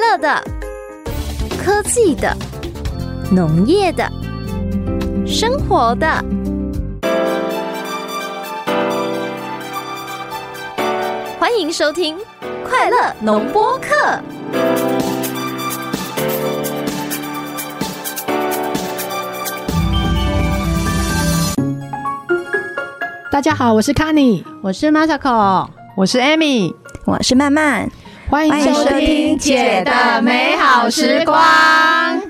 色的、科技的、农业的、生活的。欢迎收听《快乐农播课》。大家好，我是 c a n n 我是 Masako，我是 Amy，我是曼曼，欢迎收听。姐的美好时光。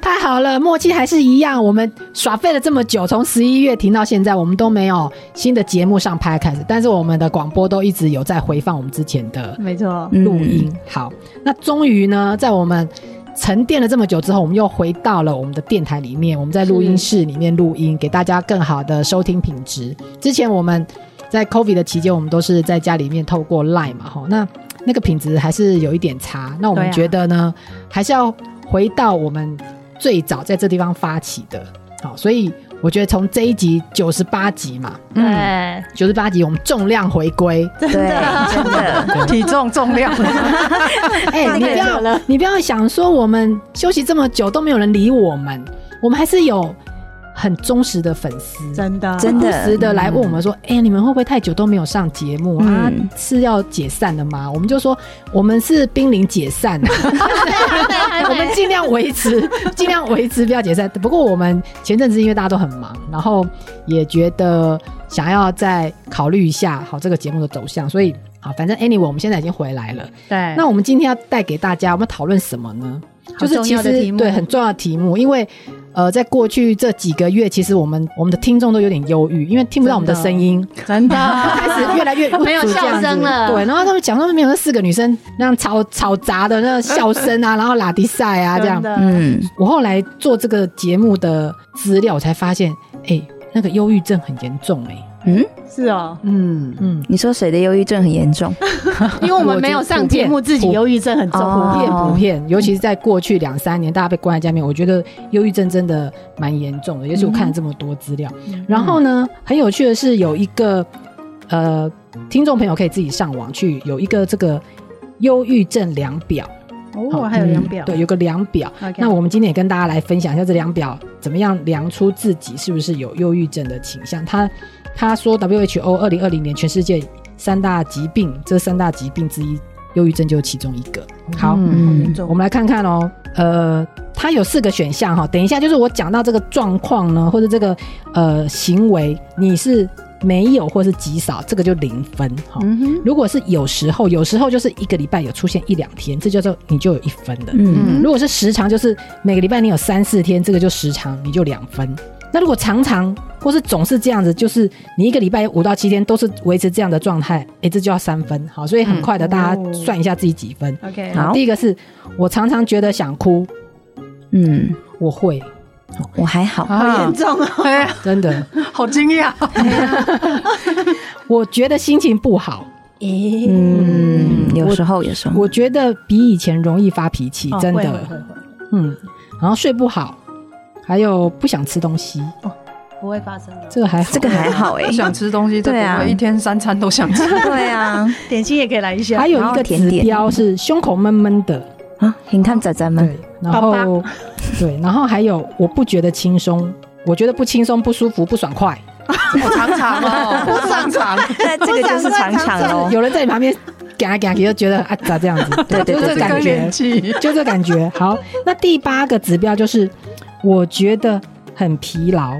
太好了，默契还是一样。我们耍废了这么久，从十一月停到现在，我们都没有新的节目上拍开始，但是我们的广播都一直有在回放我们之前的没错，嗯录音。嗯好，那终于呢，在我们沉淀了这么久之后，我们又回到了我们的电台里面，我们在录音室里面录音，给大家更好的收听品质。之前我们在 COVID 的期间，我们都是在家里面透过 Line 嘛，吼，那那个品质还是有一点差。那我对们啊觉得呢，还是要回到我们最早在这地方发起的，好，所以我觉得从这一集九十八集嘛，嗯对，九十八集我们重量回归，对，真的，体重重量， 哎、你不要，你不要想说我们休息这么久都没有人理我们，我们还是有很忠实的粉丝， 真的，嗯真不的时的来问我们说，哎、你们会不会太久都没有上节目、啊？是要解散了吗？我们就说我们是濒临解散、啊 我们尽量维持，尽量维持，不要解散。不过我们前阵子因为大家都很忙，然后也觉得想要再考虑一下好这个节目的走向，所以好，反正 anyway，我们现在已经回来了。对，那我们今天要带给大家，我们讨论什么呢？哎就好是其重要的题实目对很重要的题目，因为呃，在过去这几个月，其实我们我们的听众都有点忧郁，因为听不到我们的声音，真的哦开始越来越 没有不足这样笑声子了对，然后他们讲说没有那四个女生那样吵吵杂的那笑声啊，然后拉迪赛 啊这样。嗯，嗯，我后来做这个节目的资料，我才发现，哎、那个忧郁症很严重、哎，是哦，嗯，嗯，你说谁的忧郁症很严重？因为我们没有上节目，自己忧郁症很重，哦普遍普遍，尤其是在过去两三年，大家被关在家里面，我觉得忧郁症真的蛮严重的。尤其我看了这么多资料，嗯然后呢，很有趣的是有一个呃，听众朋友可以自己上网去有一个这个忧郁症量表，嗯哦，还有量表，对，有个量表。 OK，那我们今天也跟大家来分享一下这量表怎么样量出自己是不是有忧郁症的倾向。他他说 WHO 二零二零年全世界三大疾病，这三大疾病之一，忧郁症就是其中一个。好，嗯，我们来看看哦，呃，它有四个选项哈、等一下就是我讲到这个状况呢，或者这个呃行为，你是没有或是极少，这个就零分哈、嗯如果是有时候，有时候就是一个礼拜有出现一两天，这叫做你就有一分的。嗯如果是时长，就是每个礼拜你有三四天，这个就时长，你就两分。那如果常常或是总是这样子，就是你一个礼拜五到七天都是维持这样的状态，诶，这就要三分。好，所以很快的，大家哦算一下自己几分。 OK，嗯好第一个是我常常觉得想哭，嗯，我会我还好，好啊严，重哦，哎，真的，好惊讶，我觉得心情不好，咦，嗯，有时候，有时候，我觉得比以前容易发脾气，真哦会会的，会会嗯，然后睡不好，还有不想吃东西，不会发生的，这个还好，这个还好哎不， 想吃东西，这对啊不会一天三餐都想吃，对啊，点心也可以来一下还，有一然个后甜指点标是胸口闷闷的，啊，你看仔仔们，对，然后对，然后还有我不觉得轻松，我觉得不轻松、不舒服、不爽快， 我常常哦，我常 常，那这个就是常常喽，哦有人在你旁边嘎嘎，你就觉得啊咋这样子，对对就对这这感个觉年，纪， 就这感觉。好，那第八个指标就是，我觉得很疲劳、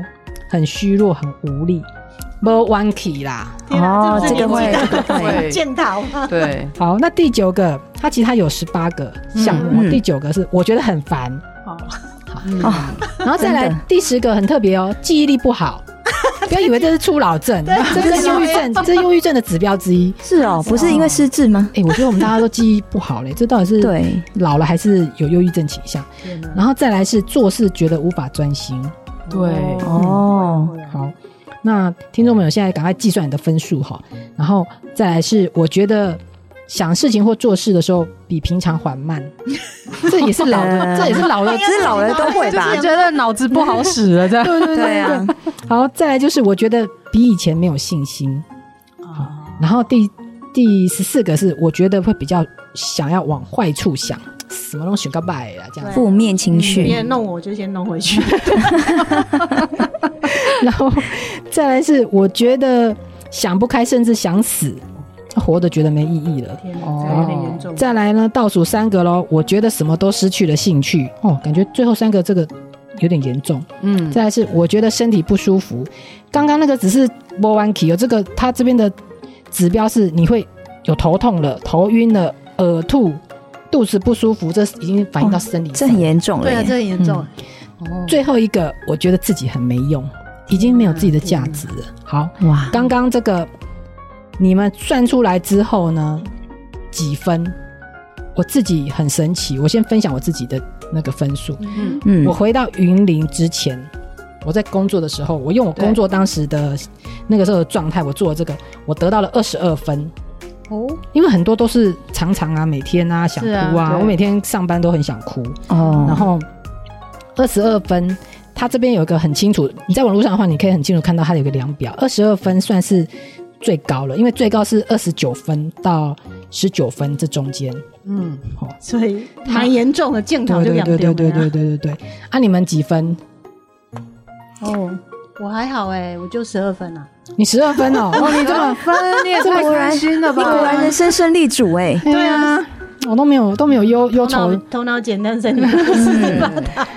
很虚弱、很无力，不 o n e 啦。天啊哦这这个会这这 个会检讨啊，对，好，那第九个，它其实它有十八个项目，哦嗯嗯第九个是我觉得很烦，好哦， 然后再来真的第十个很特别哦，记忆力不好。 不要以为这是初老症，这是忧郁症，这是忧郁症的指标之一。是哦，不是因为失智吗？哎、我觉得我们大家都记忆不好嘞，这到底是对，老了还是有忧郁症倾向？然后再来是做事觉得无法专心。对，嗯哦，好，那听众朋友现在赶快计算你的分数哈，然后再来是我觉得想事情或做事的时候比平常缓慢，这也是老的， 呃这也是老的。这是老人都会吧就是？觉得脑子不好 哎使了，这样，对对对啊，好，再来就是我觉得比以前没有信心。好，然后第第十四个是我觉得会比较想要往坏处想，什么东西选个拜啦这样子，负面情绪别人弄我，我就先弄回去。然后再来是我觉得想不开，甚至想死，活着觉得没意义了。天哪，这有点严重。再来呢，倒数三个喽，我觉得什么都失去了兴趣哦，感觉最后三个这个有点严重。嗯，再来是我觉得身体不舒服，刚刚那个只是波弯 k 哦，这个它这边的指标是你会有头痛了、头晕了、耳吐、肚子不舒服，这已经反映到生理这上。很严重了对耶。啊，这很严重。哦，最后一个，我觉得自己很没用，已经没有自己的价值了。好，哇，刚刚这个你们算出来之后呢，几分？我自己很神奇，我先分享我自己的那个分数。嗯嗯我回到云林之前，我在工作的时候，我用我工作当时的那个时候的状态，我做了这个，我得到了二十二分。哦，因为很多都是常常啊，每天啊想哭是啊，啊对我每天上班都很想哭。然哦，后二十二分，它这边有一个很清楚，你在网络上的话，你可以很清楚看到它有个量表，二十二分算是最高了，因为最高是二十九分到十九分这中间。嗯，所以蛮严重的，见头就对两对丢对对对对对对。啊，你们几分？哦，我还好哎，我就十二分啊。你十二分 哦，哦，你这么分你也太开心了你果然人生胜利组哎，对啊，我都没有都没有忧忧头愁脑。头脑简单，身体不是吧？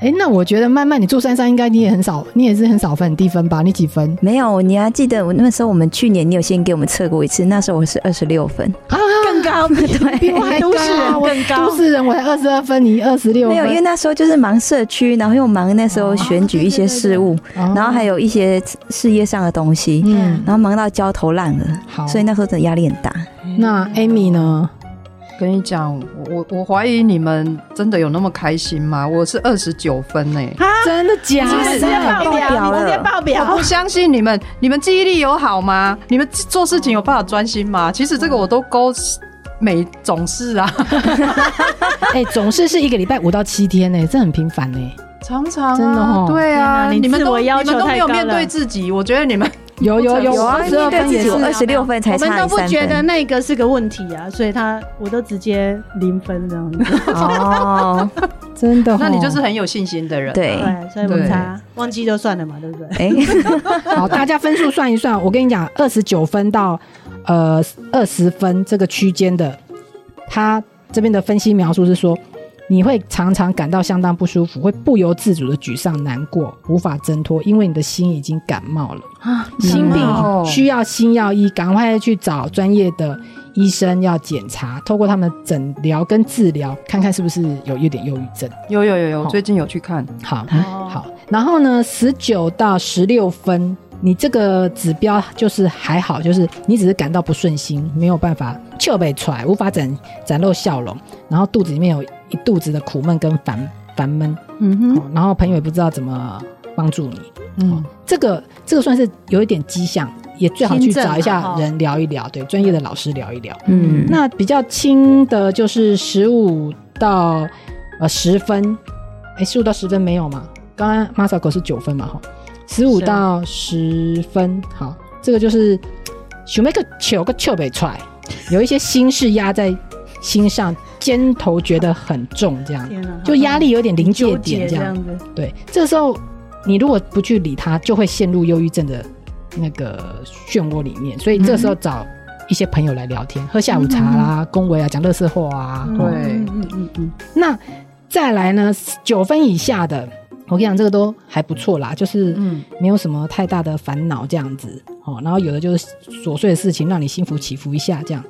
哎，那我觉得慢慢你住山上，应该你也很少，你也是很少分很低分吧？你几 分没有，你还记得我那时候我们去年你有先给我们测过一次，那时候我是二十六分，啊？更高，比比我还高都市人我更都高。市人我才二十二分，你二十六没有，因为分，那时候就是忙社区，然后又忙那时候选举一些事务，然然后还有一些事业上的东西，嗯，哦然后忙到焦头烂额，好，所以那时候真的压力很大。嗯那 Amy 呢？跟你讲，我我我怀疑你们真的有那么开心吗？我是二十九分欸呢、真的假是不是直接的？爆表，啊你直接爆我表不。相信你们，你们记忆力有好吗？你们做事情有办法专心吗？其实这个我都勾每总是啊，哎，总是是一个礼拜五到七天呢，这很频繁呢。常常啊真的哦对啊，天哪你你们自都我要求你们都没有太高面对了自己，我觉得你们有有有，有啊二十二分对也自是己我二十六分才我们差都你不三觉得分。那个是个问题啊，所以他我都直接零分这样子。哦，真的哦，那你就是很有信心的人。， 对，对，所以我差忘记就算了嘛，对不对？哎，好，大家分数算一算，我跟你讲，二十九分到呃二十分这个区间的，他这边的分析描述是说，你会常常感到相当不舒服，会不由自主的沮丧、难过，无法挣脱，因为你的心已经感冒了，心病哦需要新药医，赶快去找专业的。医生要检查，透过他们的诊疗跟治疗，看看是不是有有点忧郁症。有有有有，好我最近有去看，好，好，然后呢，十九到十六分，你这个指标就是还好，就是你只是感到不顺心，没有办法翘背出来，无法展展露笑容，然后肚子里面有一肚子的苦闷跟烦烦闷、嗯哦哼，然后朋友也不知道怎么帮助你，嗯，这个这个算是有一点迹象，也最好去找一啊下人聊一聊，对，专业的老师聊一聊。嗯，那比较轻的就是十五到呃十分，哎，十五到十分没有嘛？刚刚 m a s a k o 是九分嘛，哈，十五是到十分，好，这个就是想要个球个球被踹，有一些心事压在心上，肩头觉得很重，这样天哪，就压力有点临界纠点结这这样样。子，对，这时候你如果不去理他，就会陷入忧郁症的那个漩涡里面。所以这嗯时候找一些朋友来聊天，喝下午茶啦、恭维啊、讲乐色话啊。对哦嗯嗯嗯嗯，那再来呢，九分以下的，我跟你讲，这个都还不错啦，就是嗯没有什么太大的烦恼这样子。哦，然后有的就是琐碎的事情让你心浮起伏一下，这样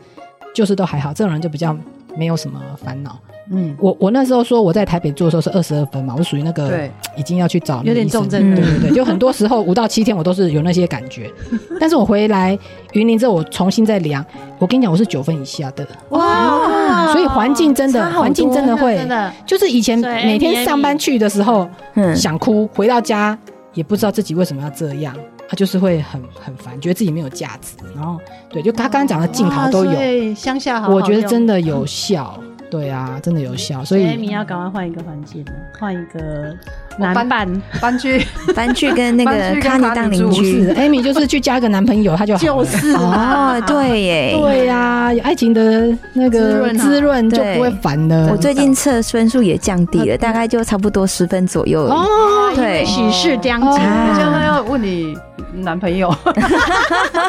就是都还好。这种人就比较没有什么烦恼。嗯，我我那时候说我在台北做的时候是二十二分嘛，我属于那个对已经要去找那个有点医生重症的对对对，就很多时候五到七天我都是有那些感 觉，但是我回来云林之后我重新再量，我跟你讲我是九分以下的，哇所以环境真的差好多环境真的会真，的就是以前所以哎每天上班去的时候嗯，想哭，回到家也不知道自己为什么要这样，他就是会很很烦，觉得自己没有价值，然后对，就他刚刚讲的镜头都有，啊对，乡下好好用，我觉得真的有效。对啊，真的有效，所所以以 Amy 要赶快换一个环境，换一个我男搬伴，搬 去搬去跟那搬个去跟卡尼当邻居是。Amy 就是去加个男朋友，她就好了就是哦，对 耶，对呀、有爱情的那滋个润啊滋润就对不会烦了。我最近测分数也降低了，大概就差不多十分左右了。哦，对，喜事 将哦近，我现在啊，要问你男朋 友，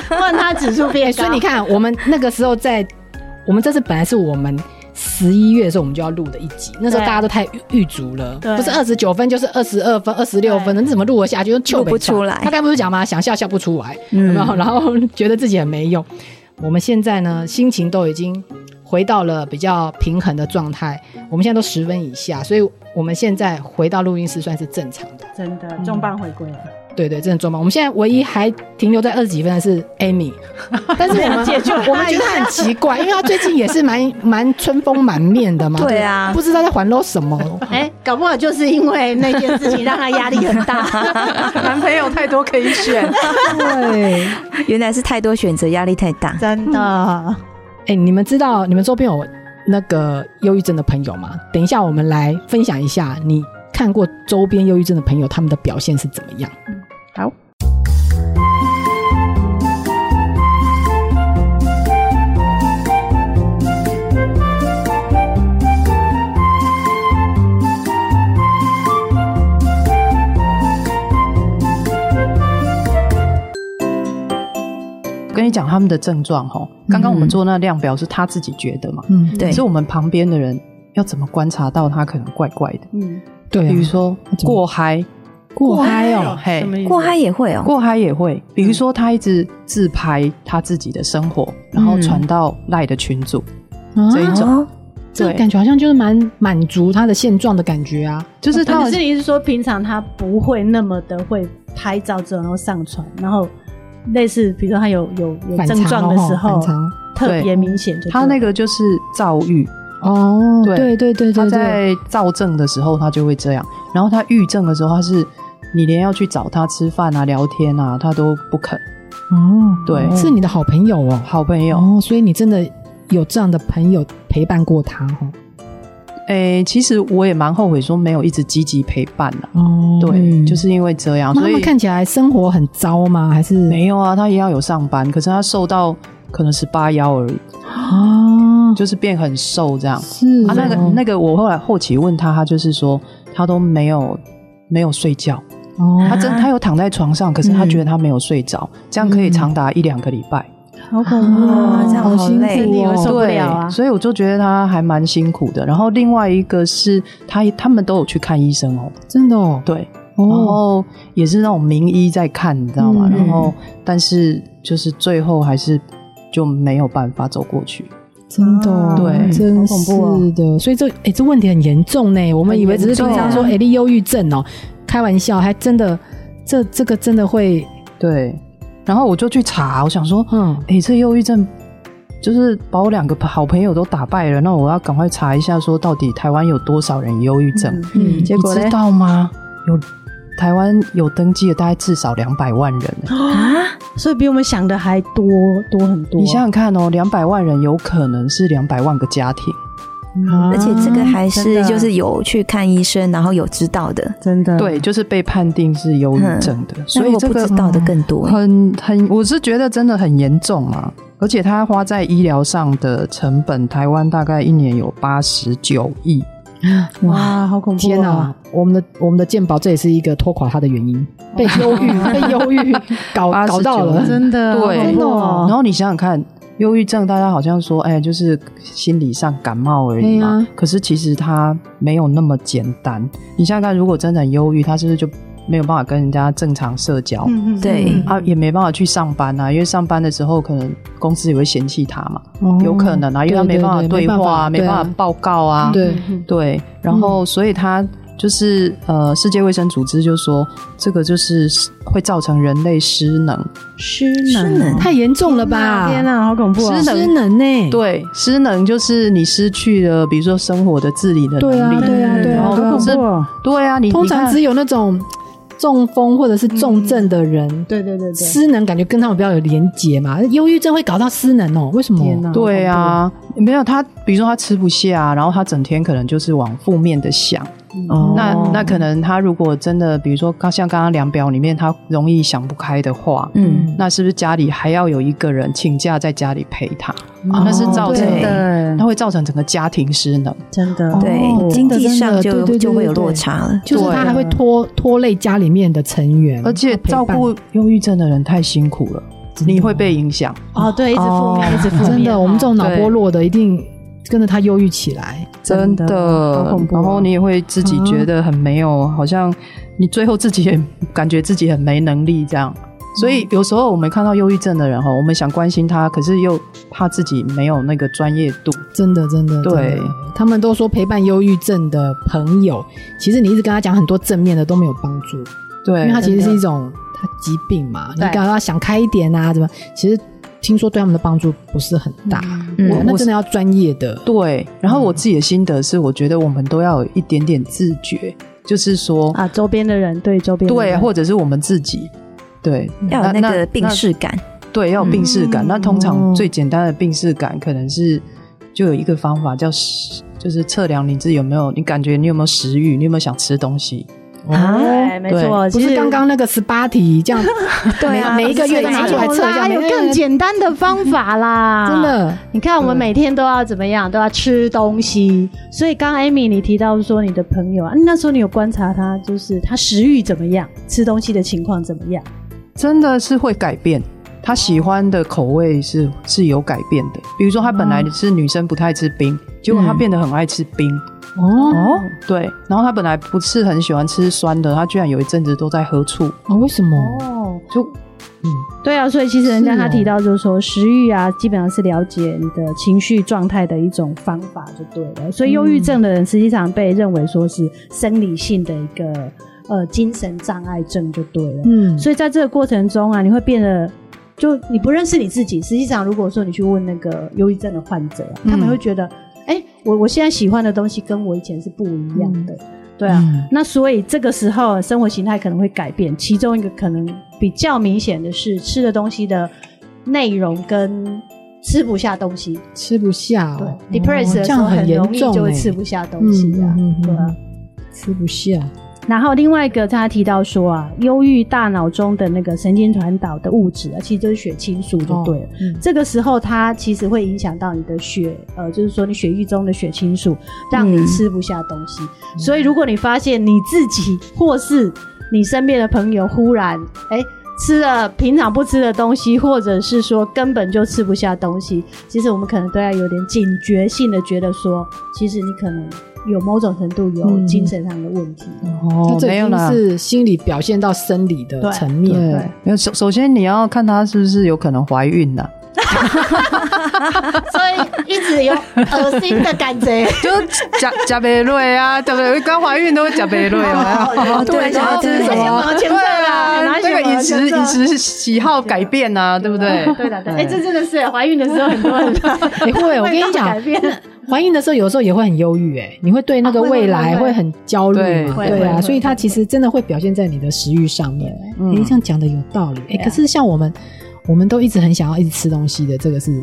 问他指数哎、变高，所以你看，我们那个时候在，我们这次本来是我们。十一月的时候，我们就要录的一集，那时候对大家都太预预足了，对不是二十九分就是二十二分、二十六分的，对你怎么录得下去？就糗录不北上出来他刚不是讲吗？想笑笑不出来，有嗯没，有然 后觉得自己很没用。我们现在呢，心情都已经回到了比较平衡的状态，我们现在都十分以下，所以我们现在回到录音室算是正常的。真的重磅回归了，对对，真的重磅。我们现在唯一还停留在二十几分的是 Amy，但是我啊们解救我们觉得她很奇怪，因为她最近也是蛮蛮春风满面的嘛， 对啊不知道在环绕什么。哎，搞不好就是因为那件事情让他压力很大，男朋友太多可以选，对，原来是太多选择，压力太 大。 真的。哎，你们知道你们周边有那个忧郁症的朋友吗？等一下我们来分享一下，你看过周边忧郁症的朋友他们的表现是怎么样？好， 我跟你讲他们的症状哈，刚刚我们做那量表是他自己觉得嘛，嗯，对可是我们旁边的人要怎么观察到他可能怪怪的？嗯，对、啊比，如说怎么过嗨，过嗨哦，嘿什，么意思过嗨也会哦。过嗨也会。比如说他一直自拍他自己的生活，然后传到赖的群组，这一啊种哦，这个对感觉好像就是蛮满足他的现状的感觉啊。就是哦他可是你是说平常他不会那么的会拍照之后然后上传，然后类似比如说他有有有反症常哦状的时候反，常特别明显就对了。他那个就是躁郁，哦，对对对对他对对，在躁症的时候他就会这样，然后他郁症的时候他是。你连要去找他吃饭啊、聊天啊，他都不肯。哦，对是你的好朋友哦，好朋友，哦，所以你真的有这样的朋友陪伴过他哦，诶、其实我也蛮后悔说没有一直积极陪伴啦。哦，对，嗯就是因为这样，那所他以们看起来生活很糟吗？还是没有啊，他也要有上班，可是他瘦到可能十八腰而已，啊？就是变很瘦这样。是啊，那个哦那个，我后来后期问他，他就是说他都没有没有睡觉，哦，他真他有躺在床上，可是他嗯觉得他没有睡着，这样可嗯以长达一两个礼拜。好恐啊哇这样哦好好辛累身体苦会受哦，不对了啊所以我就觉得他还蛮辛苦的。然后另外一个是他他们都有去看医生哦，真的哦，对，然哦，后也是那种名医在看，你知道吗？嗯然后但是就是最后还是就没有办法走过去。真的哦，对真好恐怖哦是的，所以这哎这问题很严嗯重呢，我们以为只是很严重平常说哎，你忧郁症哦，开玩笑，还真的这这个真的会对，然后我就去查，我想说，嗯。哎、这忧郁症就是把我两个好朋友都打败了，那我要赶快查一下，说到底台湾有多少人忧郁症？嗯，结果你知道吗？有台湾有登记的大概至少两百万人、所以比我们想的还多多很多。你想想看哦，两百万人有可能是两百万个家庭。而且这个还真是的就是有去看医生，然后有知道的，真的对，就是被判定是忧郁症的，嗯那所如以果这不个知道的更多。很很，我是觉得真的很严重啊！而且他花在医疗上的成本，台湾大概一年有八十九亿。哇，好恐怖！嗯天哪、！啊我们的我们的鉴宝，这也是一个拖垮他的原因， 被忧郁被忧郁搞89哦搞到了，真的对好恐怖哦然后你想想看，忧郁症大家好像说，哎，就是心理上感冒而已嘛。对啊可是其实它没有那么简单。你想想看，如果真的很忧郁，他是不是就没有办法跟人家正常社交？嗯嗯欸对嗯啊，也没办法去上班啊，因为上班的时候可能公司也会嫌弃他嘛，哦有可能啊，因为他没办法对话啊，没办法，报告啊，对嗯嗯对，然后所以他就是呃，世界卫生组织就说这个就是会造成人类失能，失失能能对太严重了吧？天哪，好恐怖哦！失能失能呢？对，失能就是你失去了比如说生活的自理的能对啊，力，对啊，对然啊，后对啊是哦对啊，你通常你只有那种中风或者是重症的人，对对对对，失能感觉跟他们比较有连结嘛。忧郁症会搞到失能哦，为什么？天哪对啊，没有他，比如说他吃不下，然后他整天可能就是往负面的想。哦那那可能他如果真的，比如说刚像刚刚量表里面，他容易想不开的话，嗯，那是不是家里还要有一个人请假在家里陪他？哦嗯那是造成对的，它会造成整个家庭失能。真哦哦的对，经济上真的就对对对就会有对落差了。就是他还会对拖拖累家里面的成员，而且陪伴哦照顾忧郁症的人太辛苦了，真的你会被影响。哦，对，一直负面，一直负面，真的，我们这种脑波弱的一定跟着他忧郁起来。真真的好恐怖哦然后你也会自己觉得很没有，好像你最后自己也感觉自己很没能力这样。嗯所以有时候我们看到忧郁症的人哈，我们想关心他，可是又怕自己没有那个专业度。真的，真的，对真的他们都说陪伴忧郁症的朋友，其实你一直跟他讲很多正面的都没有帮助，因对为它其实是一种他疾病嘛，你对感到想开一点啊，怎么？其实听说对他们的帮助不是很大，嗯我那真的要专业的。对，然后我自己的心得是，我觉得我们都要有一点点自觉，就是说，啊，周边的人对周边的对，人或者是我们自己，对，要有那个病那视感，对，要有病视感。嗯那通常哦最简单的病视感，可能是就有一个方法叫食，就是测量你自己有没有，你感觉你有没有食欲，你有没有想吃东西。啊对，没错，对哎不其是实刚刚那个十八题 这样，对啊，每每一个月对啊拿出来测一下还有每个啊更简单的方法 啦，真。的你看，我们每天都要怎么样，都要吃东西。所以刚刚 Amy 你提到说你的朋友啊，那时候你有观察他，就是他食欲怎么样，吃东西的情况怎么样？真的是会改变。他喜欢的口味是是有改变的，比如说他本来是女生不太吃冰，结果他变得很爱吃冰。嗯哦哦，对，然后他本来不是很喜欢吃酸的，他居然有一阵子都在喝醋，哦，为什么？哦，就对啊，所以其实人家是哦他提到就是说，食欲啊，基本上是了解你的情绪状态的一种方法就对了。所以忧郁症的人实际上被认为说是生理性的一个呃精神障碍症就对了。嗯，所以在这个过程中啊，你会变得就你不认识你自己。实际上，如果说你去问那个忧郁症的患者啊、嗯他们会觉得，哎、我我现在喜欢的东西跟我以前是不一样的，对啊。嗯那所以这个时候生活形态可能会改变，其中一个可能比较明显的是吃的东西的内容跟吃不下东西。吃不下对、哦 d e p r e s s 哦的这样时候很严容易重就会欸吃不下东西啊，嗯嗯嗯嗯对啊。吃不下，然后另外一个，他提到说啊，忧郁大脑中的那个神经传导的物质啊，其实就是血清素，就对了。哦嗯这个时候，它其实会影响到你的血，呃，就是说你血液中的血清素，让你嗯吃不下东西。嗯所以，如果你发现你自己或是你身边的朋友忽然哎吃了平常不吃的东西，或者是说根本就吃不下东西，其实我们可能都要有点警觉性的觉得说，其实你可能有某种程度有嗯精神上的问题。那哦，这没有已啦经。是心理表现到生理的对层面，对，没有首首先你要看她是不是有可能怀孕了、所以一直有恶心的 感觉。就假假贝瑞啊，对不对？刚怀孕都会假贝瑞啊。突然哦想要吃什么？么对啊，拿那什个么饮食饮食喜好改变啊，对不对？对的，对，哎，这真的是怀孕的时候很多人 你哎会，我跟 你讲改，变怀孕的时候有时候也会很忧郁，哎，你会对那个啊会会未来会会很焦虑嘛，对对会啊，会所以它其实真的会表现在你的食欲上面。哎，这样讲的有道理，啊哎，可是像我们，我们都一直很想要一直吃东西的，这个是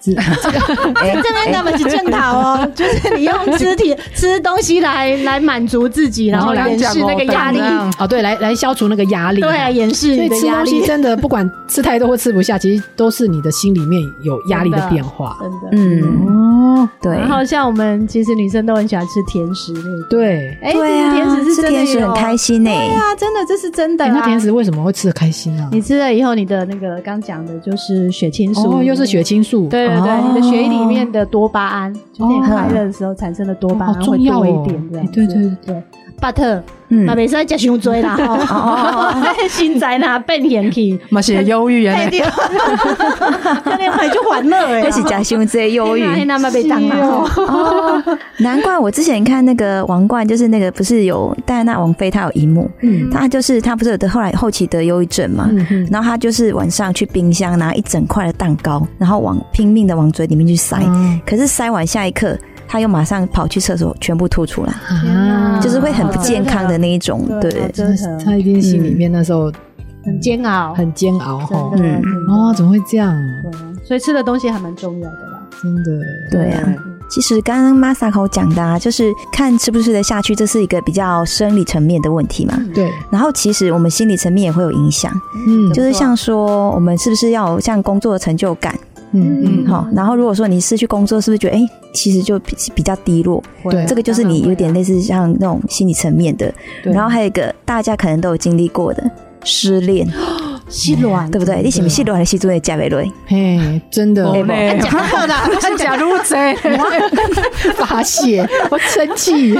是这个哎这边根本是正讨 哦，就是你用肢体吃东西来来满足自己，然后然后掩饰那个压力讲，哦哦，对，来来消除那个压力，对啊，。掩饰所你以的吃压东力西，真的不管吃太多或吃不下，其实都是你的心里面有压力的真的变化。真的。嗯，哦，对，然后像我们其实女生都很喜欢吃甜食，对不对？对，哎，对啊，其实甜食是吃真的甜食很有哦开心呢。对啊，真的这是真的哎啊。那甜食为什么会吃的开心啊？你吃了以后，你的那个刚讲的就是血清素，哦，又是血，清素，对对对，哦你的血液里面的多巴胺，就是你快乐的时候产生的多巴哦胺好会重要哦多一点，这样子哎对对对。巴特，嗯哦那，别再吃伤多 啦，吼， 心在那变现去，嘛是会忧郁啊哎的，对，那你还就欢乐 哎，开始假胸椎 忧郁。那么被当啦，吼哦，难怪我之前看那个王冠，就是那个不是有戴安娜王妃，她有一幕，嗯她就是她不是有得后来后期得忧郁症嘛，嗯哼然后她就是晚上去冰哎箱拿一整块的蛋糕，然后往拼命的往嘴里面去塞，嗯可是塞完下一刻，他又马上跑去厕所全部吐出来，啊，就是会很不健康的那嗯一种，对。真的他一定心里面那时候很煎熬，很煎熬真吼的。真嗯的哦，怎么会这样？对所以吃的东西还蛮重要的啦。嗯真的，对啊，其实刚刚 Masako 讲的、啊，就是看吃不吃得下去，这是一个比较生理层面的问题嘛。对，然后其实我们心理层面也会有影响，嗯就是像说我们是不是要有像工作的成就感，嗯嗯好，然后如果说你失去工作，是不是觉得哎、诶其实就比比较低落？对这个就是你有点类似像那种心理层面的。对然后还有一个大家可能都有经历过的失恋，哦细软对不对？你是不是失恋的时候会加倍累？嘿，真的哦没有到 的，真假如贼，发泄，我生气，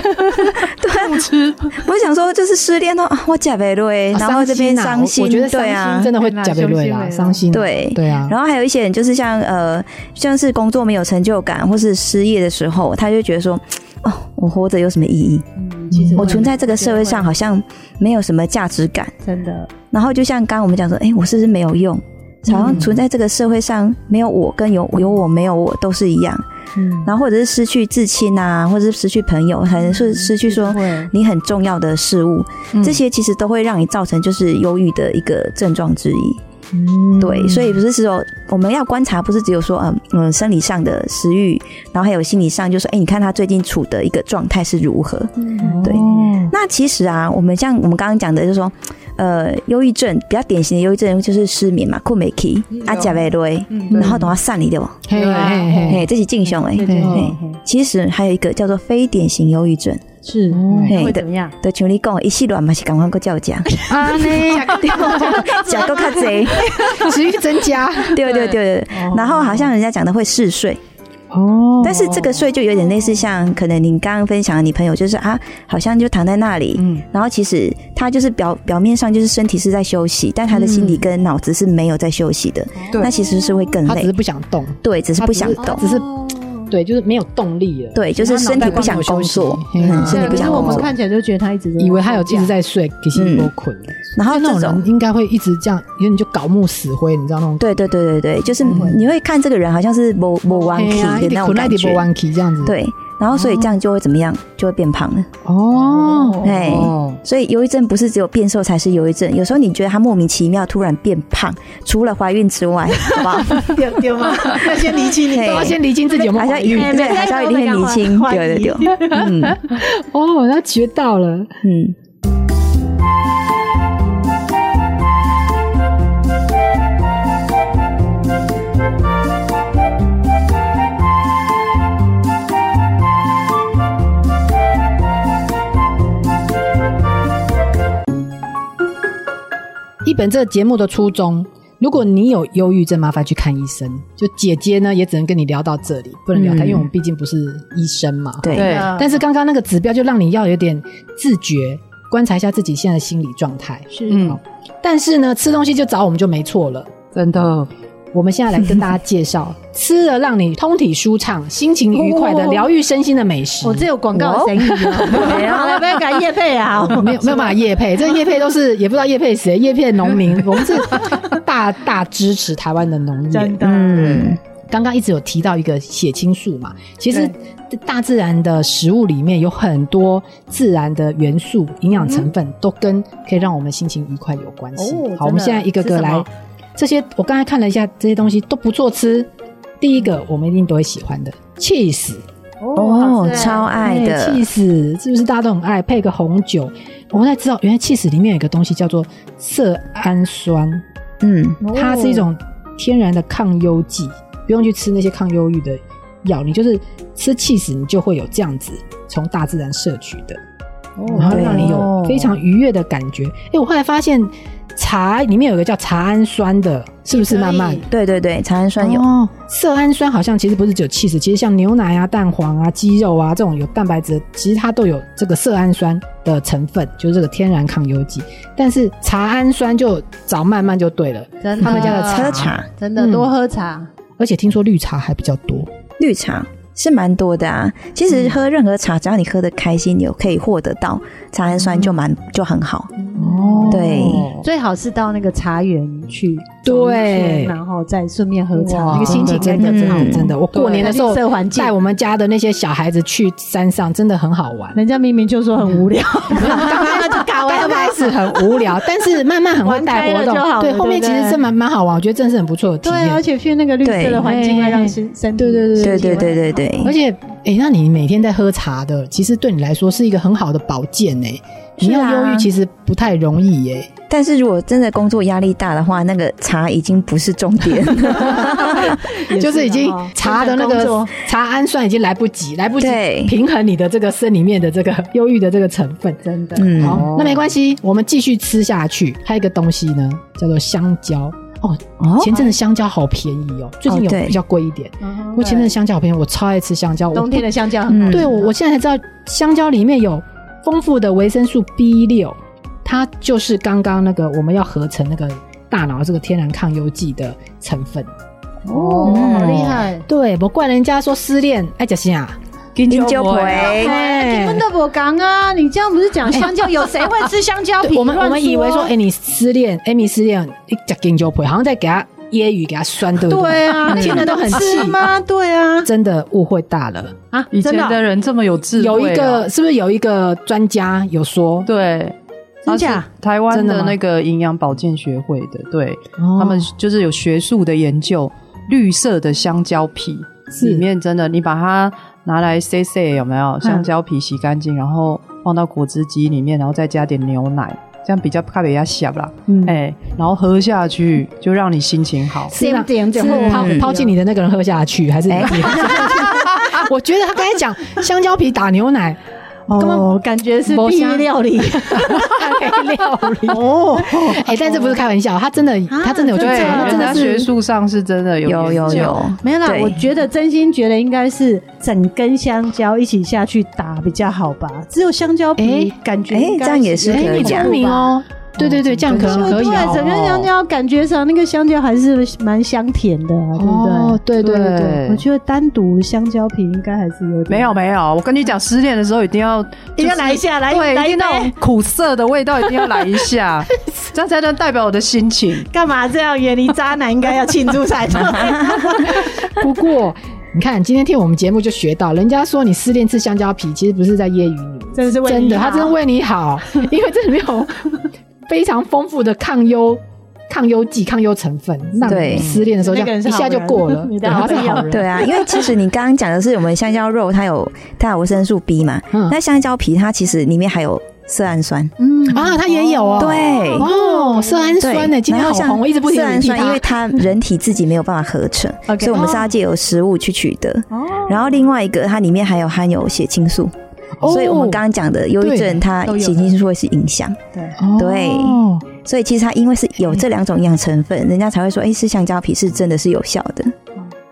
我想说就是失恋哦， 啊我加倍累，然后这边伤伤心啊心，我觉得对伤啊心真。的会加倍累啦，伤心，对对啊，然后还有一些人就是像呃，像是工作没有成就感，或是失业的时候，他就觉得说，哦，我活着有什么意义？嗯其实嗯我存在这个社会上好像没有什么价值感。真的然后就像刚刚我们讲说，哎，我是不是没有用？好像存在这个社会上，没有我跟有有我没有我都是一样。嗯然后或者是失去至亲啊，或者是失去朋友，还嗯是失去说会你很重要的事物，这些其实都会让你造成就是忧郁的一个症状之一。嗯对，所以不是只有我们要观察，不是只有说嗯嗯生理上的食欲，然后还有心理上，就是哎、诶你看他最近处的一个状态是如何。嗯对哦那其实啊，我们像我们刚刚讲的，就是说，呃，忧郁症比较典型的忧郁症就是失眠嘛，困没起，嗯啊阿加维瑞，然后等下散你的哦，嘿嘿嘿，嘿，这是进雄哎。对嗯对嘿其实还有一个叫做非典型忧郁症，是嘿会的怎么样？对，像你讲的，一细乱嘛是赶快个叫讲， 啊呢，讲够卡贼，食欲增加 对对对对。然后好像人家讲的会嗜睡，哦但是这个睡就有点类似像可能你刚刚分享的，你朋友就是啊，好像就躺在那里，嗯然后其实他就是表表面上就是身体是在休息，但他的心理跟脑子是没有在休息的，对那其实是会更他只累是，不想动，对，只是不想哦他动，只是对，就是没有动力了，对，就是身体不想工作，他脑袋光嗯，没有休息身体对，不可是想我工们作，看起来就觉得他一直以为他有一一直在睡，其实多困。嗯然后就那种这种人。应该会一直这样，有点就搞木死灰，你知道那种对对对对对，就是你会看这个人好像是某某顽皮嗯嘿啊的一那点种困感一点不觉，弯起这样子。对，然后所以这样就会怎么样，就会变胖了，哦，哎，哦，所以忧郁症不是只有变瘦才是忧郁症，有时候你觉得她莫名其妙突然变胖，除了怀孕 之外，好不好？丢丢吗？要先理清对都要先厘清自己有没好有怀像孕一定对，好像一哎定很年轻，怀疑对对对，嗯哦，他学到了。嗯。一本这个节目的初衷，如果你有忧郁症，麻烦去看医生。就姐姐呢，也只能跟你聊到这里，不能聊太，嗯因为我们毕竟不是医生嘛。对对，但是刚刚那个指标就让你要有点自觉，观察一下自己现在的心理状态。是嗯，但是呢，吃东西就找我们就没错了。真的，我们现在来跟大家介绍吃了让你通体舒畅、心情愉快的哦疗愈身心的美食。我这有广告生意 啊，要不要改业配 啊？没有没有办法叶配， 这叶配都是也不知道叶配谁，叶配农 民，我们是大大支持台湾的农业真。的，嗯，刚刚一直有提到一个血清素嘛，其实对大自然的食物里面有很多自然的元素、营养成分，都跟可以让我们心情愉快有关系。嗯哦好，我们真的现在一个是个什么来，这些我刚才看了一下，这些东西都不错吃。第一个我们一定都会喜欢的 cheese，哦好，吃欸超爱的， cheese 哎是不是大家都很爱？配个红酒，我才知道原来 cheese 里面有一个东西叫做色氨酸，嗯哦它是一种天然的抗忧剂，不用去吃那些抗忧郁的药，你就是吃 cheese，你就会有这样子从大自然摄取的，哦然后让你有非常愉悦的感觉。哎、我后来发现茶里面有一个叫茶氨酸的，是不是？也可以慢慢。对对对，茶氨酸有，哦，色氨酸好像其实不是只有 cheese，其实像牛奶啊、蛋黄啊、鸡肉啊这种有蛋白质的，其实它都有这个色氨酸的成分，就是这个天然抗忧剂。但是茶氨酸就找慢慢就对了，真他们家的喝茶，真的嗯多喝茶，而且听说绿茶还比较多。绿茶，是蛮多的啊。其实喝任何茶，只要你喝的开心，你有可以获得到茶氨酸就蛮就很好。哦对最好是到那个茶园去走一对圈然后再顺便喝茶，那哇个心情真的应该真更好的真的，我过年的时候嗯对绿色环境带我们家的那些小孩子去山上，真的很好玩。人家明明就说很无聊，刚开始搞刚开始很无聊，但是慢慢很会带活玩开了就动，好了对，对后面不其对实是蛮蛮好玩，我觉得真的是很不错的体对，啊而验。且去那个绿色对的环境会让身身体对对对对对对对对，而且，哎，那你每天在喝茶的，其实对你来说是一个很好的保健诶。你是要啊忧郁其实不太容易耶，但是如果真的工作压力大的话，那个茶已经不是重点。也就是已经哦茶的那工个作茶氨酸已经来不及，来不及对平衡你的这个身里面的这个 忧郁的这个成分。真的哦嗯，好，那没关系，我们继续吃下去。还有一个东西呢，叫做香蕉。哦，哦前阵子香蕉好便宜哦，最近有对比较贵一点。嗯我前阵子香蕉好便宜，我超爱吃香蕉。我冬天的香蕉很好嗯吃，对我，我现在才知道香蕉里面有丰富的维生素 B 六，它就是刚刚那个我们要合成那个大脑的这个天然抗忧剂的成分。哦，好厉害。对，不怪人家说失恋爱吃啥，金林酒葵，哎，你们都不讲啊！你这样不是讲香蕉？有谁会吃香蕉皮？对我们乱我们以为说，说啊哎、你失恋，艾米失恋，你讲金酒陪，好像在给他揶揄，给他酸，对不对啊，嗯你听们得都很吃气，吗？对啊，真的误会大了。啊，以真前的的哦人这么有智慧啊，有一个是不是有一个专家有说，对。真他是假台湾真的的吗那个营养保健学会的，对，哦他们就是有学术的研究，绿色的香蕉皮是里面真的，你把它拿来塞塞有没有？香蕉皮洗干净，然后放到果汁机里面，然后再加点牛奶，这样比较卡比亚下啦，嗯哎、然后喝下去就让你心情好。是让点是哎点后抛嗯抛弃你的那个人喝下去，还是你自己喝下 去？我觉得他刚才讲香蕉皮打牛 奶，根本哦，感觉是没地啥狱料理黑料理。 哦，哎，但是不是开玩笑，他真的他啊真的有去对，查，他真人的家是学术上是真的有有研有究有，没有啦，对我觉得真心觉得应该是整根香蕉一起下去打比较好吧，只有香蕉皮哎感觉哎应该这样也是是哎，可你以啊聪明哦。对对对，这样可能可以对，整根香哦。蕉感觉上那个香蕉还是蛮香甜的啊，对不哦对？，对对对对，对我觉得单独香蕉皮应该还是有点没有，没有，我跟你讲，失恋的时候一定要一定要来一下，来对，来一一定那种杯，苦涩的味道一定要来一下，这样才能代表我的心情。干嘛这样？远离渣男应该要庆祝才对。 不过，你看，今天听我们节目就学到，人家说你失恋吃香蕉皮，其实不是在揶揄你，真的是为真你的，好他真的为你 好，因为这里面有非常丰富的抗忧、抗忧剂、抗忧成分，让对你失恋的时候这那个样一人是好下就人，过了 你的对他好是朋好友人，对啊，因为其实你刚刚讲的是我们香蕉肉，它有它有维生素 B 嘛，嗯那香蕉皮它其实里面还有色氨酸，嗯啊，他也有哦，对哦，色氨对，酸呢，今天然好后像红，我一直不停色地氨提酸，因它为， 它人体自己没有办法合成，所 OK 以我们是要借由食物去取得。哦然后另外一个，它里面还有含有血清素，哦所以我们刚刚讲的忧郁症，它都有血清素会是影响。对哦所以其实它因为是嗯有这两种营养成分，人家才会说，哎，吃香蕉皮是真的是有效的。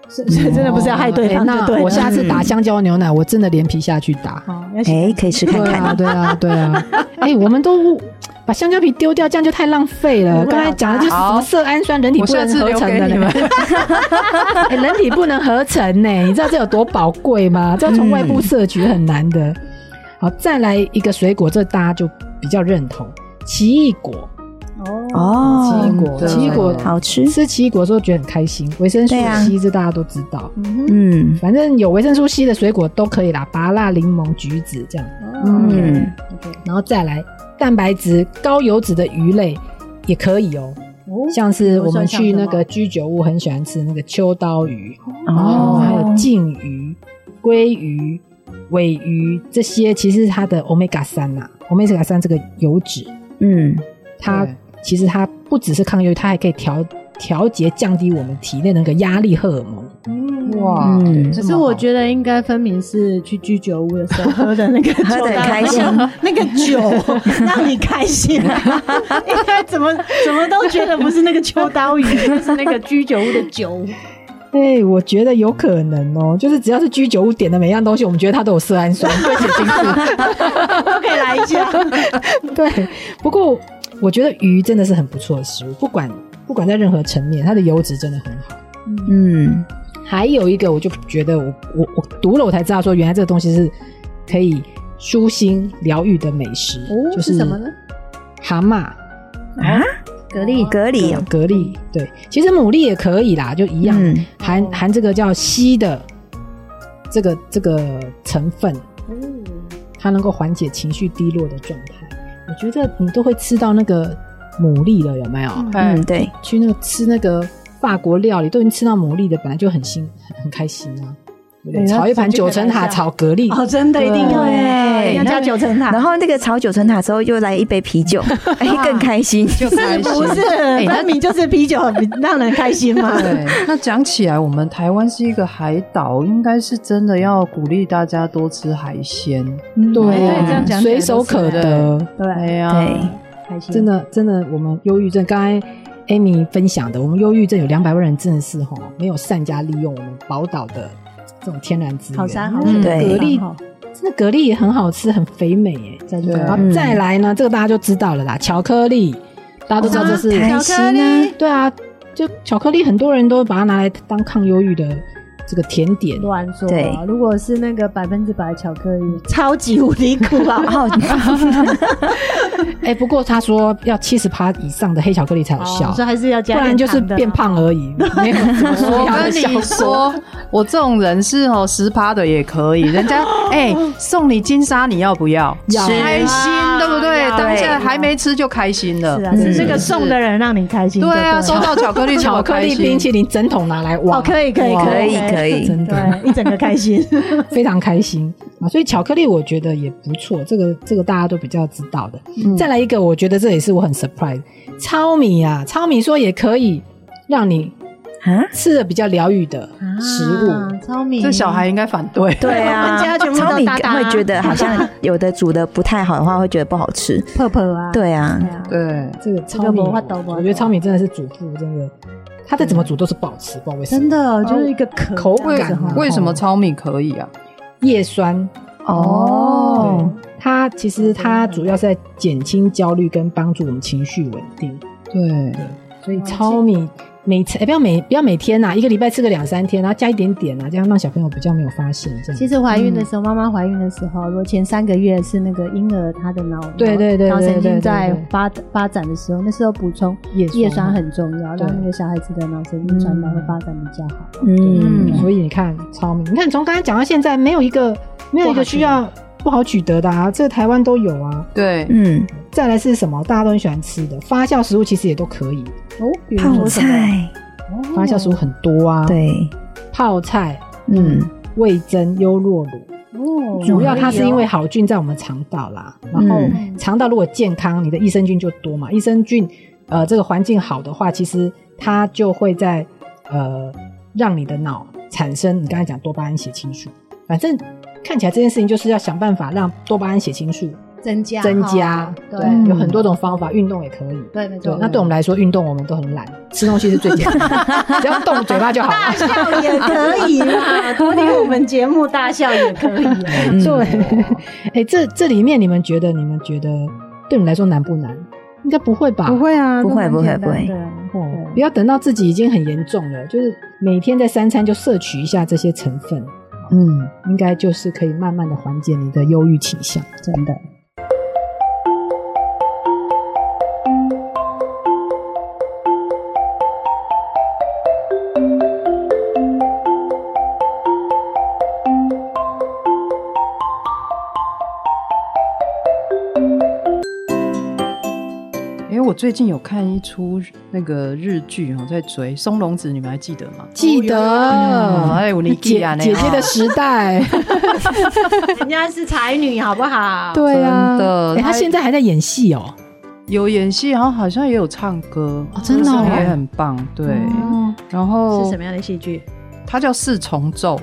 所以所 以真的不是要害对哎方就对那了。我下次打嗯香蕉牛奶，我真的连皮下去打。好要哎，可以试看看。对啊，对 啊，对啊。哎、我们都把香蕉皮丢掉，这样就太浪费了。不会刚啊才讲的就是什好么色氨酸，人体我不下能次合留成给的你呢。们。哎人体不能合成呢、你知道这有多宝贵吗？这要从外部摄取很难的。好，再来一个水果，这大家就比较认同，奇异果。奇哦异，果，对奇异果，好吃。吃奇异果的时候觉得很开心。维生素对啊 C 这大家都知道，嗯反正有维生素 C 的水果都可以啦，芭乐、柠檬、橘子这样。嗯，然后再来蛋白质高油脂的鱼类也可以哦，像是我们去那个居酒屋很喜欢吃那个秋刀鱼，哦还有鲭鱼、鲑鱼、尾鱼这些，其实它的 omega 三呐、o m e g a 三这个油脂，嗯，它对其实它不只是抗忧郁，它还可以调调节降低我们体内那个压力荷尔蒙。哇嗯这可么是好我觉得应该分明是去居酒屋的时候喝的那个酒，喝得很开心 那个酒让你开心，啊应该怎么怎么都觉得不是那个秋刀鱼，就是那个居酒屋的酒。哎、我觉得有可能哦，就是只要是居酒屋点的每样东西，我们觉得它都有色氨酸跟血清素。都可以来一下。 对，不过我觉得鱼真的是很不错的食物，不管不管在任何层面，它的油脂真的很好。嗯，还有一个，我就觉得我我我读了我才知道说，原来这个东西是可以舒心疗愈的美食，哦，就是什么呢？蛤蟆、蛤蜊蛤蜊哦，蛤蜊，对，其实牡蛎也可以啦，就一样，嗯含含这个叫硒的这个这个成分，哦它能够缓解情绪低落的状态。我觉得你都会吃到那个牡蛎了，有没有？哎嗯，对，去那个吃那个法国料理，都已经吃到牡蛎的，本来就很心很很开心啊。对不对对炒一盘那就九可以层来一塔下炒蛤蜊，哦，真的一定要对一定要加九层塔然，后那个炒九层塔之后，又来一杯 啤酒，哎，更开心。就开心。不啊是哎那分明就是啤酒很让人开心嘛。 对，那讲起来，我们台湾是一个海岛，应该是真的要鼓励大家多吃海鲜。嗯对哎对这样讲起啊，来随手可得，对，哎呀，对，啊开心真的真的，我们忧郁症，刚才 Amy 分享的，我们忧郁症有两百万人真的是哈，没有善加利用我们宝岛的这种天然资源。好山好水，嗯对蛤蛤蜊蜊这蛤蜊也很好吃，很肥美耶。真对的然后再来呢，这个大家就知道了啦，巧克力，大家都知道这是开心啊！对啊，就巧克力，很多人都把它拿来当抗忧郁的这个甜点。乱说啊对。如果是那个百分之百巧克力，超级无敌苦 啊！好，哎、不过他说要七十趴以上的黑巧克力才有效，所以还哦是要啊不加，然就是变。胖而已，没有什么 我说要的跟效你果。说，我这种人是哦，十趴的也可以。人 家哎、送你金沙，你要不要？要开心，对不对？要当下要还没吃就开心了。是啊，是这个嗯送的人让你开心就对了。啊，收到巧 克力，巧克力冰淇淋整桶拿来哇，哦，可以可以哇可以以，可以，真的对，一整个开 心。非常开心啊！所以巧克力我觉得也不错，这个这个大家都比较知道的。嗯再来一个，我觉得这也是我很 surprise，糙米啊，糙米说也可以让你啊，吃的比较疗愈的食物。啊超迷。这小孩应该反对。对我啊们家全，部都超敏大大会觉得好像有的煮的不太好的话，会觉得不好吃。泡泡 啊，对啊，啊，对，这个糙米，这个没办法我觉得糙米真的是主妇真的，它再怎么煮都是不好吃，不知道为什么。真的就是一个壳口这样子感啊哈为什么糙米可以啊？叶酸，哦，它其实它主要是在减轻焦虑跟帮助我们情绪稳定，对，所以哦糙米每次、哎不要每不要每天呐、啊一个礼拜吃个两三天，然后加一点点啊，这样让小朋友比较没有发现这样。其实怀孕的时候，妈妈怀孕的时候，如果前三个月是那个婴儿他的脑对对对脑对神对对经在对发发展的时候，那时候补充叶酸叶酸很重要，对让那个小孩子的脑神经传导会发展比较好。嗯，所以你看糙米，你看从刚才讲到现在，没有一个没有一个需要不好取得的啊，这个台湾都有啊。对，嗯，再来是什么？大家都很喜欢吃的发酵食物，其实也都可以，哦，比如泡说什么？哦菜，发酵食物很多嗯啊，，对，泡菜、嗯，味增、优酪乳。哦主要它是因为好菌在我们肠道啦，然后嗯肠道如果健康，你的益生菌就多嘛。益生菌，呃，这个环境好的话，其实它就会在呃让你的脑产生你刚才讲多巴胺血清素。反正看起来这件事情就是要想办法让多巴胺血清素增加增哈加，对有很多种方法，运动也可以。对没对错，，那对我们来说，运动我们都很懒，吃东西是最简单的，只要动嘴巴就好了。笑也可以啦， 多听我们节目大笑也可以啊。嗯对，哎、这这里面你们觉得，你们觉得对你们来说难不难？应该不会吧？不会 啊，不会都蛮简单不会的哦，不要等到自己已经很严重了，就是每天在三餐就摄取一下这些成分，嗯，应该就是可以慢慢的缓解你的忧郁倾向。真的。因为我最近有看一出那个日剧哦，在追《松隆子》，你们还记得吗？记得，嗯哦哎有年纪姐啊呢姐姐的时代， 人家是才女，好不好？对啊，真的哎她现在还在演戏哦。有演戏，然后好像也有唱歌，哦真的哦就是也很棒。对，然是后什么样的戏剧？它叫《四重奏》，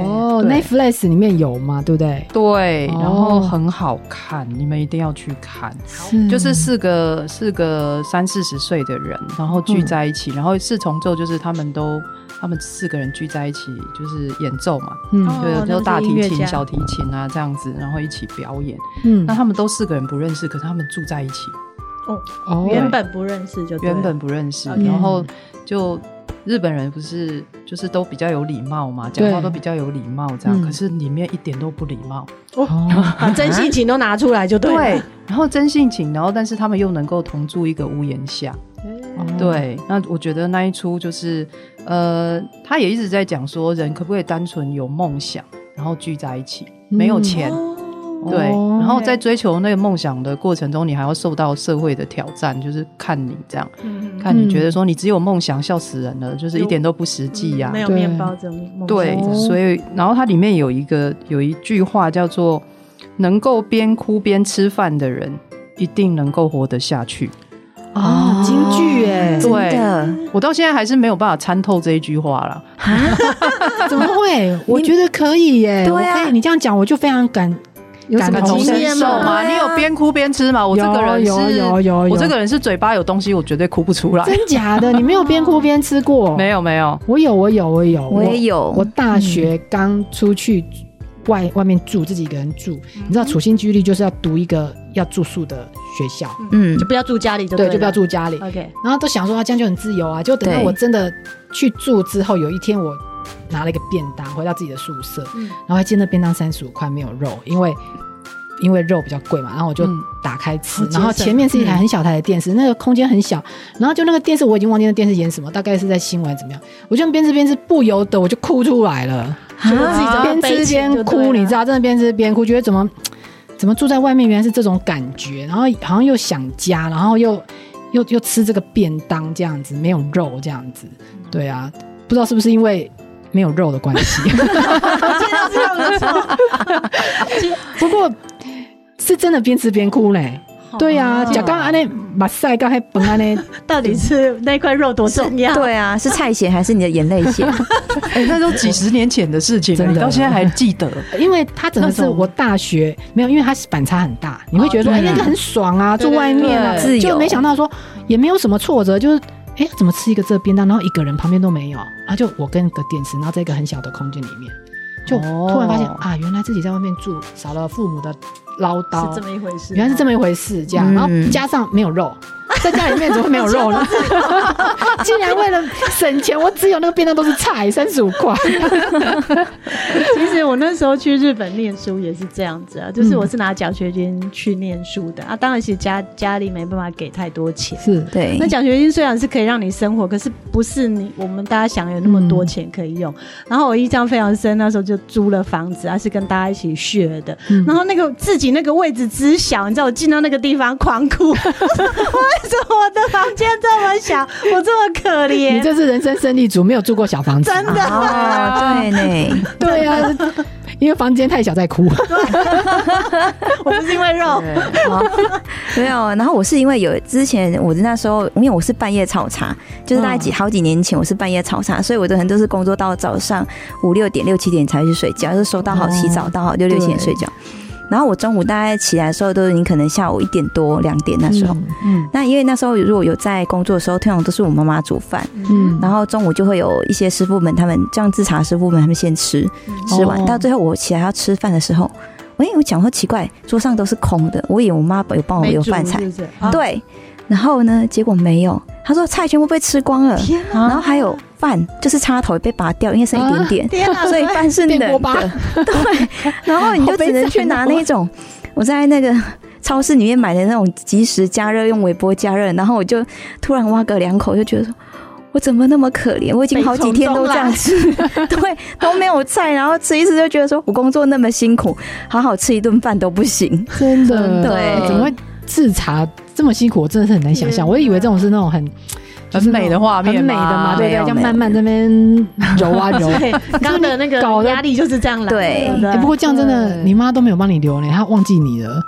哦对，Netflix 里面有嘛，对不对？对，哦然后很好看，你们一定要去看。嗯就是四个四个三四十岁的人，然后聚在一起，然后四重奏就是他们都他们四个人聚在一起，就是演奏嘛，嗯哦对，那就不是大音提乐家琴、小提琴啊这样子，然后一起表演。嗯那他们都四个人不认识，可是他们住在一起，哦原本不认识就对了嗯原本不认识， OK 然后就日本人不是就是都比较有礼貌嘛，讲话对都比较有礼貌这嗯样，可是里面一点都不礼貌。 哦把真性情都拿出来就对了。然后真性情，然后但是他们又能够同住一个屋檐下，嗯对。那我觉得那一出就是，呃，他也一直在讲说，人可不可以单纯有梦想，然后聚在一起，没有钱，嗯对，哦然后在追求那个梦想的过程中，你还要受到社会的挑战，就是看你这样，嗯看你觉得说你只有梦想，笑死人了，就是一点都不实际呀、没有对面包这种梦想对，哦所以然后它里面有一个有一句话叫做“能够边哭边吃饭的人，一定能够活得下去啊，京剧哦哎”。，对，的，我到现在还是没有办法参透这一句话啦。 怎么会？我觉得可以耶，对啊我可以你这样讲，我就非常感有什么感同经身验受吗？嘛？你有边哭边吃吗？我这个人有是，有有有，我这个人是嘴巴有东西，我绝对哭不出来。真假 的，你没有边哭边吃过？没有没有，我有，我有，我有，我也有，我大学刚出去外外面住，自己一个人住，你知道处心积虑就是要读一个要住宿的学校，嗯就不要住家里就对，了就不要。住家里， OK，然后都想说啊，这样就很自由啊。就等到对我真的去住之后，有一天我拿了一个便当回到自己的宿舍，嗯然后还记得那便当三十五块没有肉，因为。因为肉比较贵嘛，然后我就嗯打开吃，好节省嗯然后前面是一台很小台的电视，那个空间很小，然后就那个电视我已经忘记那电视演什么，大概是在新闻怎么样，我就边吃边吃，不由得我就哭出来了。就是自己找到边悲吃情就啊边对哭，了你知道，真的边吃边哭，觉得怎么怎么住在外面原来是这种感觉，然后好像又想家，然后又又又吃这个便当这样子，没有肉这样子，嗯对啊，不知道是不是因为。没有肉的关系， 不过是真的边吃边哭嘞。对啊，假刚安内马赛刚还本安内， 到底是那块肉多重要？对啊，是菜血还是你的眼泪 血？哎，那都几十年前的事情了，真的你到现在还记 得？因为它整个是那种我大学没有，因为它反差很大，你会觉得说哦哎对啊那个很爽啊，对住外面啊，对自由就没想到说也没有什么挫折，就是哎怎么吃一个这便当，然后一个人旁边都没有，啊就我跟个电视，然后在一个很小的空间里面，就哦突然发现啊原来自己在外面住少了父母的唠叨是这，么一回事。原来是这么一回事，这样，嗯然后加上没有肉。在家里面怎么会没有肉呢？ 竟然为了省钱，我只有那个便当都是菜，三十五块。其实我那时候去日本念书也是这样子啊，就是我是拿奖学金去念书的、啊，当然其实家家里没办法给太多钱。是，对那，奖学金虽然是可以让你生活，可是不是你我们大家想有那么多钱可以用。然后我印象非常深，那时候就租了房子，啊还是跟大家一起学的。然后那个自己那个位置之小，你知道我进到那个地方狂哭， 为什么我的房间这么小，我这么可你怜？这是人生胜利组，没有住过小房子。真的。哦，对呢，对啊，因为房间太小在哭。我不是因为肉，哦 没有。啊然后我是因为有之前我那时候，因为我是半夜炒茶，就是大概几好几年前，我是半夜炒茶，所以我的很多是工作到早上五六点、六七点才去睡觉，就是收到好洗澡到好六六七点睡觉。然后我中午大概起来的时候，都已经可能下午一点多、两点那时候。嗯，那因为那时候如果有在工作的时候，通常都是我妈妈煮饭，嗯，然后中午就会有一些师傅们，他们这样制茶师傅们，他们先吃，嗯吃完、哦到最后我起来要吃饭的时候，哎、我讲说奇怪，桌上都是空的，我以为我妈有哦帮我留饭菜没，煮是不是啊对，然后呢，结果没有，她说菜全部被吃光了，天啊然后还有饭就是插头也被拔掉，因为剩一点点，天哪！啊 所以饭是冷变锅的，巴对， 然后你就只能去哦拿那种我在那个。超市里面买的那种即时加热，用微波加热，然后我就突然挖个两口，就觉得说，我怎么那么可怜？我已经好几天都这样吃， 对，都没有菜，然后吃一吃就觉得说我工作那么辛苦，好好吃一顿饭都不行。真的，对嗯嗯怎么会制茶这么辛苦？我真的是很难想象。我以为这种是那种很很美的画面很美嘛，的嘛，对不没对？有这样慢慢这 边揉啊揉。对，刚的那 个搞得压力就是这样来的。对不哎不过这样真的，对你妈都没有帮你留呢，她忘记你了。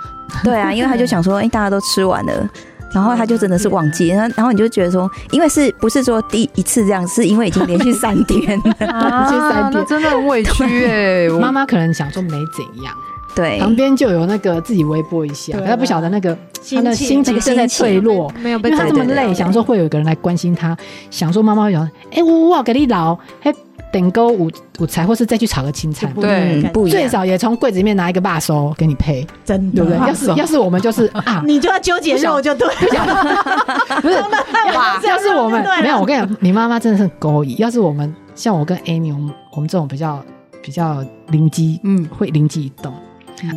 对啊，因为他就想说，哎、大家都吃完了。然后他就真的是忘嗯记，然后然后你就觉得说，因为是不是说第一次这样，是因为已经连续三 天了，直接塞啊，点那真的很委屈 哎，我妈妈可能想说没怎样，对，啊旁边就有那个自己微波一下，对她不晓得那个她心的心那情个正在心情脆弱。没有因被为他这么对对累，对想说会有一个人来关心他，想说妈妈会想，哎、我我给你老，哎，等沟午午餐，或是再去炒个青菜嘛。对嗯，不一最样。少也从柜子里面拿一个把手给你配，真对的不对？要是要是我们 就是啊，你就要纠结肉就对了，不是， 哇要是我们对了没有，我跟你讲，你妈妈真的是很勾引。要是我们像我跟 Amy，我们我们这种比较比较灵机，嗯嗯，会灵机一动、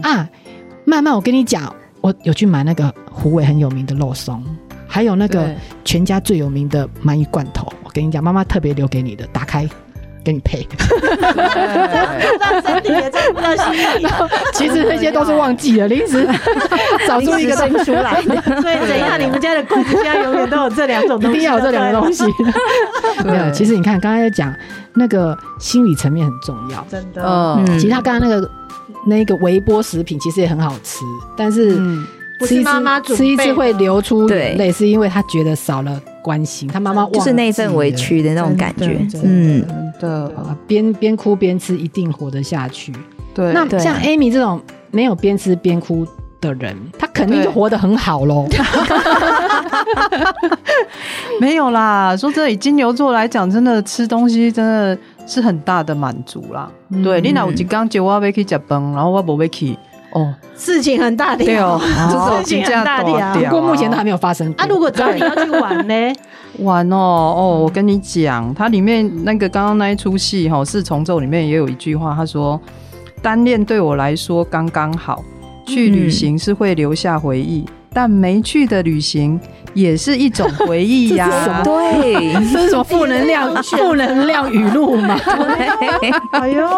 啊。慢慢，我跟你讲，我有去买那个虎尾很有名的肉松，还有那个对全家最有名的鳗鱼罐头。我跟你讲，妈妈特别留给你的，打开给你配。 让身体也照顾到心理，其实那些都是忘记了，临时找出一个东西出来， 所以怎样？你们家的故事家永远都有这两 种一东西，定要有这两个东西。没有，其实你看，刚才在讲那个心理层面很重要。真的。嗯嗯其实他刚刚那个那个微波食品其实也很好吃，但是嗯不吃是一次妈妈准吃一备次的会流出眼对泪，是因为他觉得少了关心，他妈妈忘就是那一阵记委了。屈的那种感觉真的，嗯，真的啊边边哭边吃，一定活得下去。对，那对像 Amy 这种没有边吃边哭的人，他肯定对就活得很好喽。 没有啦，说真的，以金牛座来讲，真的吃东西真的是很大的满足啦。嗯对，你若有一天就我要去食饭，然后我不要去，哦，事情很大的对 哦，这种事情真很正大大的啊条。不过目前都还没有发生过。啊，如果找你要去 玩呢？玩哦哦，我跟你讲，它里面那个刚刚那一出戏哈、四重奏里面也有一句话，他说：“单恋对我来说刚刚好，去旅行是会留下回忆，但没去的旅行也是一种回忆呀、 对，这是什么负能量 负能量语录吗？哎呦，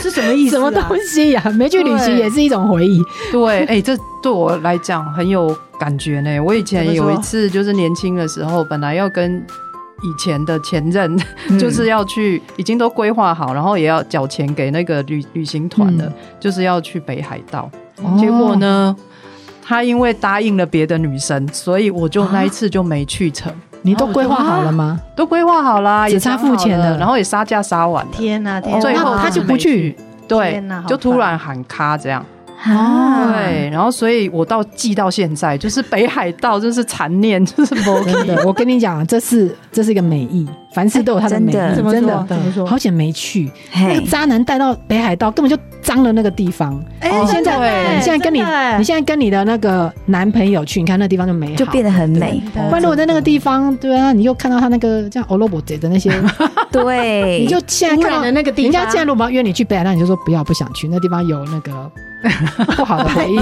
是什么意思什么啊？东西呀、没去旅行对也是一种回忆。对，哎、这对我来讲很有感觉呢。我以前有一次就是年轻的时候，本来要跟以前的前任， 就是要去，已经都规划好，然后也要缴钱给那个旅旅行团了，嗯就是要去北海道。哦哦结果呢，他因为答应了别的女生，所以我就那一次就没去成，你都规划好了吗？都规划好啦，只也差讲好付钱了了，然后也杀价杀完了，天哪，天哪！最后那他就没不去去，对天哪好，就突烦然喊卡这样。啊，对，然后所以我到记到现在，就是北海道，就是残念，就是不真的，我跟你讲，这是这是一个美意，凡事都有它的美意，哎怎真么真说？的。怎么说？好险没去，那嘿个，渣男带到北海道根本就脏了那个地方。哎哦现在对哎你现在跟你，真的哎你现在跟你的那个男朋友去，你看那地方就美好，就变得很美，不然如果在那个地方，对啊，你又看到他那个像欧罗伯贼的那些，对，你就现在污看染到的那个地人方，家既然如果要约你去北海道，你就说不要，不想去，那地方有那 个不好的回 忆。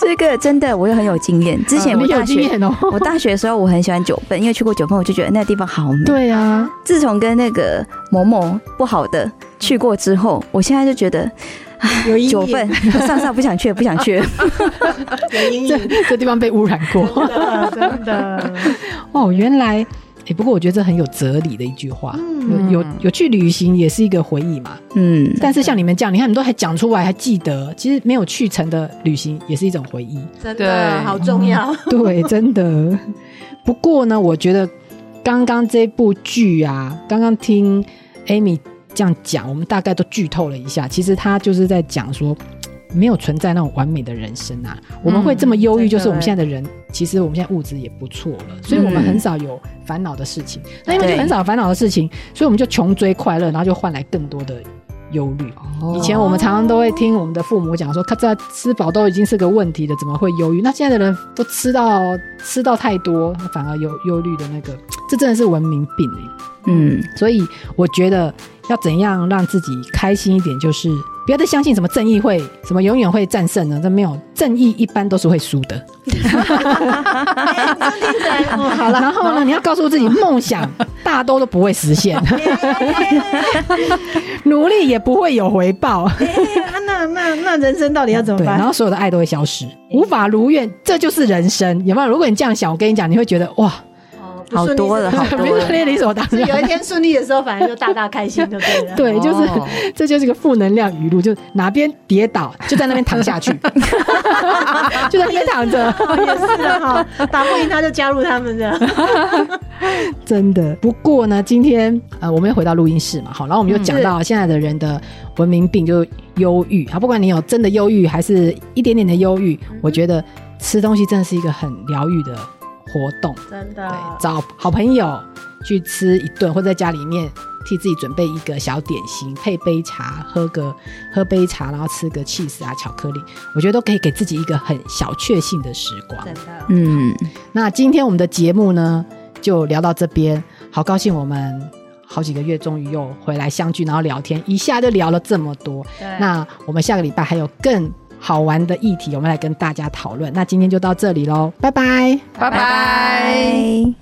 这个真的我也很有经验。之前你我有大经学，验哦。我大学的时候我很喜欢九份，因为去过九份，我就觉得那个地方好美。对啊，自从跟那个某某不好的去过之后，我现在就觉得有阴影九份上上不想去，不想去。有阴这 影，这地方被污染过 真的，哦。原来，哎，不过我觉得这很有哲理的一句话。嗯有有有去旅行也是一个回忆嘛， 嗯，但是像你们这样，你看你们都还讲出来，还记得，其实没有去成的旅行也是一种回忆。真的对好重要。对，真的。不过呢，我觉得刚刚这部剧啊，刚刚听 Amy 这样讲，我们大概都剧透了一下。其实他就是在讲说，没有存在那种完美的人生啊。我们会这么忧郁，就真的是我们现在的人，其实我们现在物质也不错了，所以我们嗯很少有烦恼的事情。那因为就对很少有烦恼的事情，所以我们就穷追快乐，然后就换来更多的忧虑。以前我们常常都会听我们的父母讲说，他在吃饱都已经是个问题了，怎么会忧郁？那现在的人都吃到吃到太多，反而有忧虑的那个，这真的是文明病哎、嗯，所以我觉得要怎样让自己开心一点，就是不要再相信什么正义会什么永远会战胜呢？这没有正义一般都是会输的。好了，然后呢，你要告诉自己，梦想大多都不会实现，努力也不会有回报。啊那那那人生到底要怎么对，然办？后所有的爱都会消失，无法如愿，这就是人生，有没有？如果你这样想，我跟你讲，你会觉得哇，哦好多了好多不是 那理所当所以有一然。天顺利的时候，反正就大大开心就对了。对，就是、哦这就是 个负能量语录，就哪边跌倒就在那边躺 下去，就在那边躺着，哦，也是啊哈，打不赢他就加入他们的。 真的。不过呢，今天呃，我们又回到录音室嘛，好，然后我们就嗯讲到现在的人的文明病就是忧郁啊，不管你有真的忧郁还是一点点的忧郁，我觉得吃东西真的是一个很疗愈的活动。真对的，找好朋友，去吃一顿，或在家里面替自己准备一个小点心，配杯茶，喝个喝杯茶，然后吃个 cheese 啊巧克力，我觉得都可以给自己一个很小确幸的时光。真的，嗯，那今天我们的节目呢，就聊到这边。好高兴我们好几个月终于又回来相聚，然后聊天，一下就聊了这么多。对那我们下个礼拜还有更好玩的议题，我们来跟大家讨论。那今天就到这里喽，拜拜。拜拜。拜。